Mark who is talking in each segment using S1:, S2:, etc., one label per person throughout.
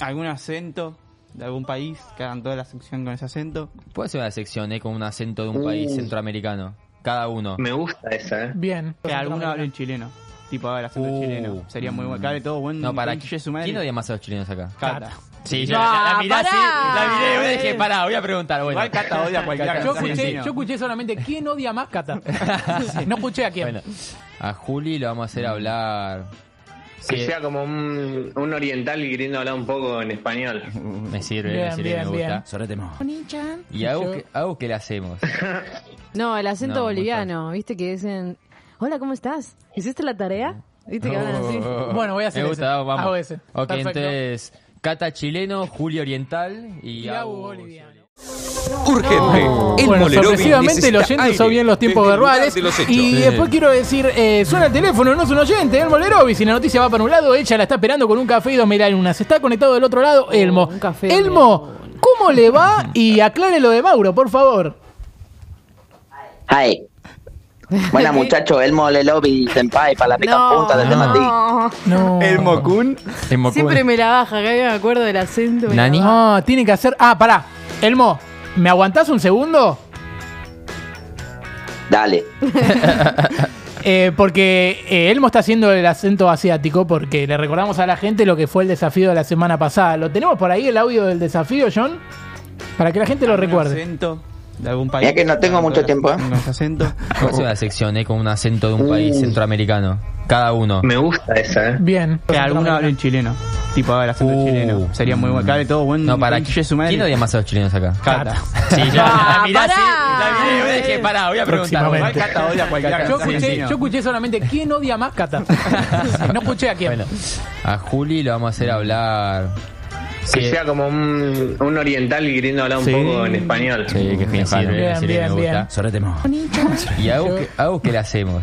S1: algún acento de algún país, que hagan toda la sección con ese acento.
S2: Puede ser una sección, ¿eh? Con un acento de un país
S3: Uh.
S2: centroamericano. Cada uno.
S3: Me gusta esa, ¿eh?
S4: Bien.
S1: Que alguno hable en chileno. Tipo, a ver, acento
S2: Uh.
S1: chileno. Sería muy bueno. Que hable todo buen.
S2: No, para.
S1: buen che su madre.
S2: ¿Quién odia más a los chilenos acá?
S1: Cata.
S2: Sí,
S4: No,
S2: yo la, la miré
S4: pará.
S2: así, la miré y bueno, dije, pará, voy a preguntar. Bueno,
S1: Igual Cata odia a cualquiera.
S2: Cata,
S1: que
S4: Yo
S1: sea
S4: escuché,
S1: argentino.
S4: yo escuché solamente quién odia más Cata. No escuché a quién.
S2: Bueno, a Juli lo vamos a hacer hablar.
S3: Que
S2: Sí,
S3: sea como un, un oriental queriendo hablar un poco en español.
S2: me sirve, me
S4: Bien,
S2: sirve,
S4: bien,
S2: me gusta.
S5: Sorete mo.
S2: ¿Y a
S4: Yo-
S2: Agus, qué- a Agus qué le hacemos?
S6: No, el acento
S2: No, muy
S6: boliviano, viste que dicen, hola, ¿cómo estás? ¿Hiciste la tarea? Viste que hablan así.
S4: Bueno, voy a hacer
S2: Oh, Me gusta,
S4: ese.
S2: Agus, vamos.
S4: Hago ese.
S2: Ok,
S4: Perfecto.
S2: entonces, Cata chileno, Juli oriental y,
S4: Y
S2: Agus
S4: Agus boliviano.
S5: Urgente. El
S4: bueno,
S5: Molerovi
S4: sorpresivamente
S5: necesita
S4: los oyentes
S5: aire
S4: son bien los tiempos
S5: desde el lugar
S4: verbales.
S5: de los hechos.
S4: y después quiero decir, eh, suena el teléfono, no es un oyente, Elmo Lerovi. Si la noticia va para un lado, ella la está esperando con un café y dos melalunas. Está conectado del otro lado, Elmo.
S6: Oh, un café de
S4: Elmo,
S6: melaluna.
S4: ¿cómo le va? Y aclare lo de Mauro, por favor.
S7: Hi. Buena muchacho, Elmo le lobby senpai para la pica punta de Tematí.
S6: no,
S4: No.
S1: El Mokun.
S2: En Mocún.
S6: siempre me la baja, que me acuerdo del acento. me la
S2: Nani.
S6: baja.
S4: No, tiene que hacer. Ah, pará. Elmo, ¿me aguantás un segundo?
S7: Dale.
S4: Eh, porque eh, Elmo está haciendo el acento asiático porque le recordamos a la gente lo que fue el desafío de la semana pasada. ¿Lo tenemos por ahí el audio del desafío, John? Para que la gente lo
S1: Algún
S4: recuerde.
S1: acento de algún país.
S7: Mirá que no tengo
S1: Con toda
S7: mucho
S1: la-
S7: tiempo, ¿eh?
S1: Con ese acento.
S2: Puede ser una sección, ¿eh? Con un acento de un país centroamericano. Cada uno.
S3: Me gusta esa, ¿eh?
S4: Bien.
S1: Que alguno hable en chileno. Tipo, a ver, acento
S2: Uh.
S1: chileno. Sería muy bueno. Que hable todo buen.
S4: Mm,
S2: No, para.
S1: buen che su madre.
S2: ¿Quién odia más a los chilenos acá?
S1: Cata.
S2: Sí, yo la miré así,
S6: pará.
S2: la miré y bueno, dije, pará, voy a preguntar.
S1: Igual
S4: Ah, Próximamente.
S1: Cata odia a cualquiera. que
S4: Yo
S1: sea
S4: escuché,
S1: argentino.
S4: yo escuché solamente quién odia más Cata. No escuché a quién.
S2: Bueno, a Juli lo vamos a hacer hablar.
S3: Que
S2: Sí.
S3: sea como un, un oriental queriendo hablar un
S2: Sí.
S3: poco en español.
S2: Sí, que
S5: Me
S2: me sirve,
S4: Bien,
S2: me sirve, me
S4: bien,
S2: gusta.
S5: Sorete mo.
S2: ¿Y a Agus, qué- a Agus qué le hacemos?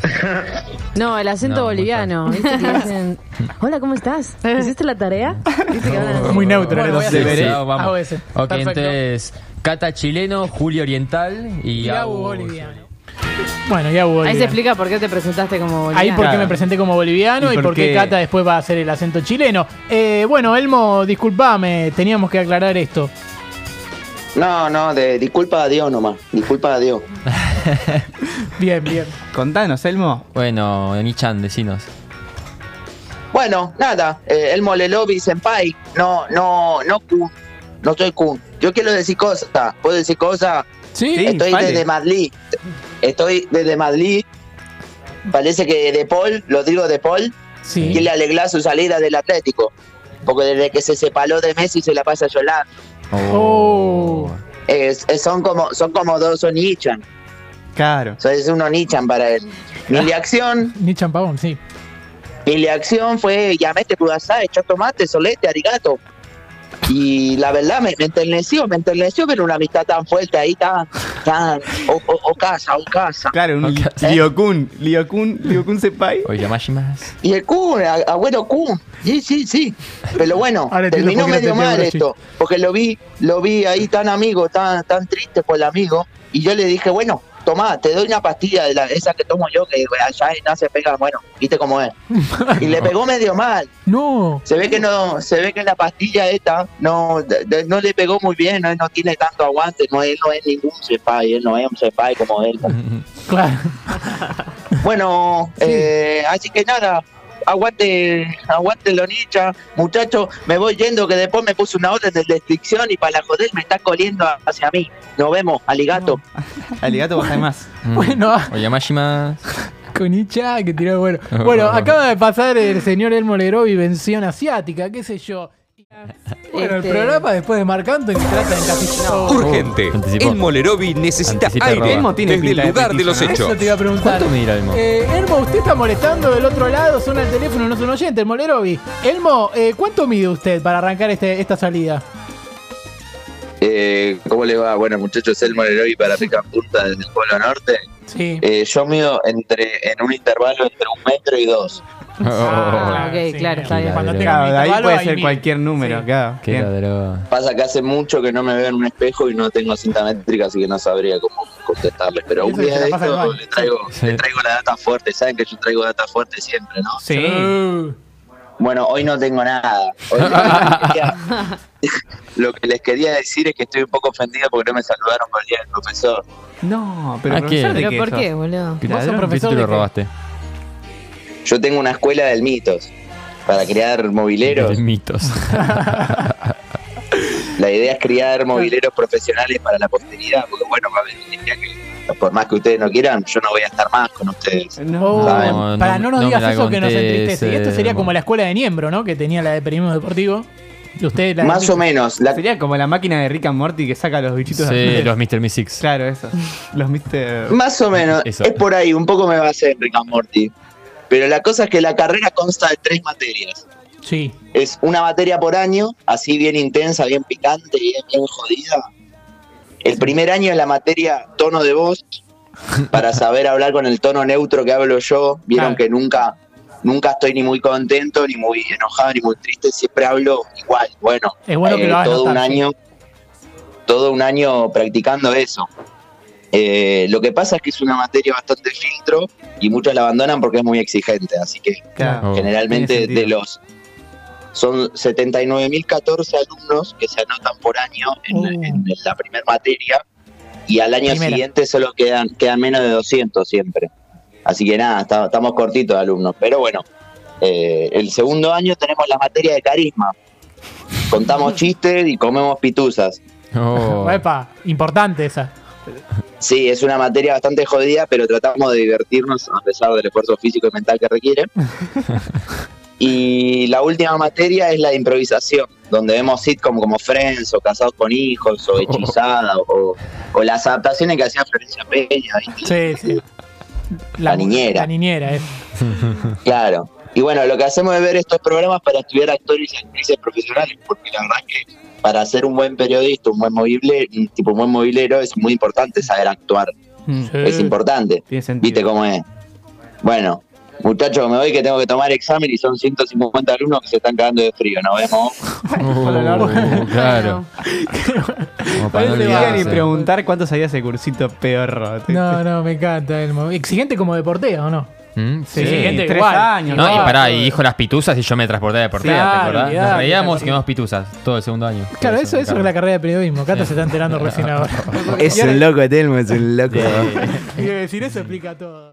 S6: No, el acento
S2: No,
S6: boliviano, viste que dicen, hola, ¿cómo estás? ¿Hiciste la tarea? Viste que hablan así.
S4: Muy neutro.
S2: Bueno,
S4: era
S2: voy a
S4: así.
S2: hacer
S5: Deberé.
S2: ese, vamos.
S4: Hago ese.
S2: Ok,
S4: Perfecto.
S2: entonces, Cata chileno, Julio oriental y,
S4: Y Agus
S2: Agus-
S4: boliviano. Bueno, ya
S6: Ahí se
S4: boliviano.
S6: explica por qué te presentaste como boliviano.
S4: Ahí porque
S2: Claro.
S4: me presenté como boliviano
S2: ¿Y
S4: y,
S2: por
S4: por qué
S2: qué?
S4: Cata después va a hacer el acento chileno. Eh, bueno, Elmo, disculpame, teníamos que aclarar esto.
S7: No, no, de, disculpa a Dios nomás. Disculpa a Dios.
S4: Bien, bien.
S1: Contanos, Elmo.
S2: Bueno, Nichan, decinos.
S7: Bueno, nada, eh, Elmo le lobby senpai. No, no, no, Kun. No soy Kun. Yo quiero decir cosas. ¿Puedo decir cosas?
S4: Sí,
S7: Estoy
S1: vale.
S7: desde Madrid. Estoy desde Madrid. Parece que De Paul, lo digo De Paul,
S4: Sí.
S7: quiere arreglar su salida del Atlético. Porque desde que se separó de Messi se la pasa llorando.
S4: Oh.
S7: Es- es- son como son como dos Onichan.
S1: Claro.
S7: O sea, es un Onichan para él. Mi acción,
S4: Ni champabón, sí.
S7: mi acción fue llamete kudasai, echó tomate, solete, arigato. Y la verdad me, me enterneció, me enterneció ver una amistad tan fuerte ahí, tan, tan, o, o- o casa, o casa.
S1: Claro, un Liokun. Liokun. Liokun Senpai.
S2: Oye, Mashimas.
S7: Y el Kun, a- agüero Kun, sí, sí, sí. Pero bueno,
S4: Ahora entiendo por
S7: terminó
S4: qué no
S7: medio
S4: tenía
S7: mal
S4: Brasil.
S7: esto, porque lo vi, lo vi ahí tan amigo, tan, tan triste por el amigo, y yo le dije, bueno, tomá, te doy una pastilla de la, esa que tomo yo, que allá en Asia pega, bueno, viste cómo es. Y le pegó medio mal,
S4: No.
S7: se ve que no, se ve que la pastilla esta no, de- de- no le pegó muy bien, no, no tiene tanto aguante, no, él no es ningún sepai, él no es un sepai como él.
S2: Mm.
S4: Claro.
S7: Bueno, eh, así que nada, aguante, aguante Lonicha, muchachos, me voy yendo que después me puse una orden de restricción y para joder me está coliendo hacia mí. Nos vemos, aligato.
S1: Aligato vas a más.
S4: Bueno, ah,
S2: Oye, Mashimas.
S4: con Icha que tiró bueno. Bueno, acaba de pasar el señor Elmo Lerovi, vención asiática, qué sé yo. Bueno, el
S6: Este-
S4: programa después de Marcanto que trata de encasillar.
S5: Urgente.
S2: Oh, anticipó.
S5: El Molerovi necesita
S2: Anticipa,
S5: aire
S2: Elmo
S1: tiene
S5: desde
S1: pinta
S5: el
S1: de
S5: lugar de los
S1: petiso, ¿no?
S5: hechos.
S4: Eso te iba a preguntar.
S2: ¿Cuánto mira Elmo?
S4: Eh, Elmo, usted está molestando del otro lado, suena el teléfono, no es un oyente, Elmo Lerovi. Elmo, eh, ¿cuánto mide usted para arrancar este, esta salida?
S7: Eh, ¿Cómo le va? Bueno, muchachos, el Moreroy para Pica Punta desde el Polo Norte.
S4: Sí.
S7: Eh, yo mido entre, en un intervalo entre un metro y dos.
S2: Oh,
S6: Ah, ok, claro, está bien.
S4: Cuando tenga
S1: Claro,
S4: un
S1: de ahí
S4: intervalo,
S1: puede ser
S4: mide.
S1: cualquier número.
S4: Sí.
S1: Claro.
S2: Qué
S1: Bien.
S2: ladrón.
S7: Pasa que hace mucho que no me veo en un espejo y no tengo cinta métrica, así que no sabría cómo contestarles. Pero un
S4: Eso se
S7: día
S4: la
S7: de
S4: pasa al
S7: esto
S4: baño.
S7: le traigo,
S2: Sí.
S7: le traigo la data fuerte. Saben que yo traigo data fuerte siempre, ¿no?
S1: Sí.
S7: Bueno, hoy no tengo nada. Hoy no- lo, que quería- lo que les quería decir es que estoy un poco ofendido porque no me saludaron por el día del profesor.
S1: No, pero
S2: ¿A
S1: profesor,
S2: quién?
S1: ¿de
S6: ¿Pero por
S1: sos?
S6: qué, boludo?
S4: Vos sos
S1: ¿Ladrón?
S2: ¿Qué
S4: profesor
S2: título
S4: de qué?
S2: robaste?
S7: Yo tengo una escuela del mitos para crear mobileros.
S2: De mitos.
S7: La idea es criar mobileros profesionales para la posteridad, porque bueno, va a haber un día que, por más que ustedes no quieran, yo no voy a estar más con ustedes.
S1: No.
S4: Oh,
S7: Saben.
S2: No,
S4: para
S2: no-
S4: no nos
S2: no me
S4: digas
S2: la
S4: eso que nos
S2: contés,
S4: entristece. Y esto sería
S2: eh,
S4: como la escuela de Niembro, ¿no? Que tenía la de periodismo deportivo. Y usted la de
S7: Más o menos, la,
S1: Sería como la máquina de Rick and Morty que saca los bichitos de
S2: Sí, los Mr. Mi Six.
S1: Claro, eso. Los Mr.
S7: más o menos,
S2: Eso.
S7: es por ahí, un poco me va a hacer Rick and Morty. Pero la cosa es que la carrera consta de tres materias.
S4: Sí.
S7: Es una materia por año, así bien intensa, bien picante, bien, bien jodida. El primer año es la materia tono de voz, para saber hablar con el tono neutro que hablo yo. Vieron
S4: Claro.
S7: que nunca, nunca estoy ni muy contento, ni muy enojado, ni muy triste, siempre hablo igual. Bueno, eh,
S4: Es bueno que lo hagas
S7: todo un
S4: notar, sí.
S7: año, todo un año practicando eso. Eh, lo que pasa es que es una materia bastante filtro y muchos la abandonan porque es muy exigente, así que
S1: Claro.
S2: Oh.
S7: Generalmente
S1: Tiene
S7: de
S1: sentido.
S7: los... Son 79.014 alumnos que se anotan por año en,
S4: Uh.
S7: en la primera materia y al año
S4: Primera.
S7: siguiente solo quedan, quedan menos de 200 siempre. Así que nada, está- estamos cortitos de alumnos. Pero bueno, eh, el segundo año tenemos la materia de carisma. Contamos chistes y comemos pituzas.
S2: Oh.
S4: Epa, importante esa.
S7: Sí, es una materia bastante jodida, pero tratamos de divertirnos a pesar del esfuerzo físico y mental que requiere. y la última materia es la de improvisación, donde vemos sitcom como Friends o Casados con Hijos o Hechizada o, o las adaptaciones que hacía Florencia Peña. y-
S4: Sí, sí.
S7: La niñera.
S4: La niñera, eh. es.
S7: Claro. Y bueno, lo que hacemos es ver estos programas para estudiar actores y actrices profesionales, porque la verdad es que para ser un buen periodista, un buen movilero, tipo un buen movilero, es muy importante saber actuar.
S1: Mm,
S4: Sí.
S7: Es importante.
S1: Tiene sentido.
S7: Viste cómo es. Bueno, muchachos, me voy que tengo que tomar examen y son 150 alumnos que se están cagando de frío. Nos vemos.
S2: Oh, claro. Como para no
S1: No te
S7: Ah,
S1: voy a ni
S2: olvidarse.
S1: preguntar cuánto sabía ese cursito perro.
S4: No, no, me encanta. el mo- Exigente como deporteo, ¿o no?
S2: ¿Mm?
S1: Sí,
S4: exigente
S1: tres
S4: igual.
S1: años.
S2: No, y
S4: Ah,
S2: pará,
S4: todo.
S2: y dijo las pituzas y yo me transporté de deportiva,
S4: Claro,
S2: ¿te acordás?
S4: olvidate,
S2: Nos reíamos
S4: te
S2: y quedamos pituzas todo el segundo año.
S4: Claro, eso, eso es la carrera de periodismo. Cata se está enterando recién ahora.
S8: Es un loco, Telmo, es un loco.
S2: Sí.
S4: Y decir eso explica todo.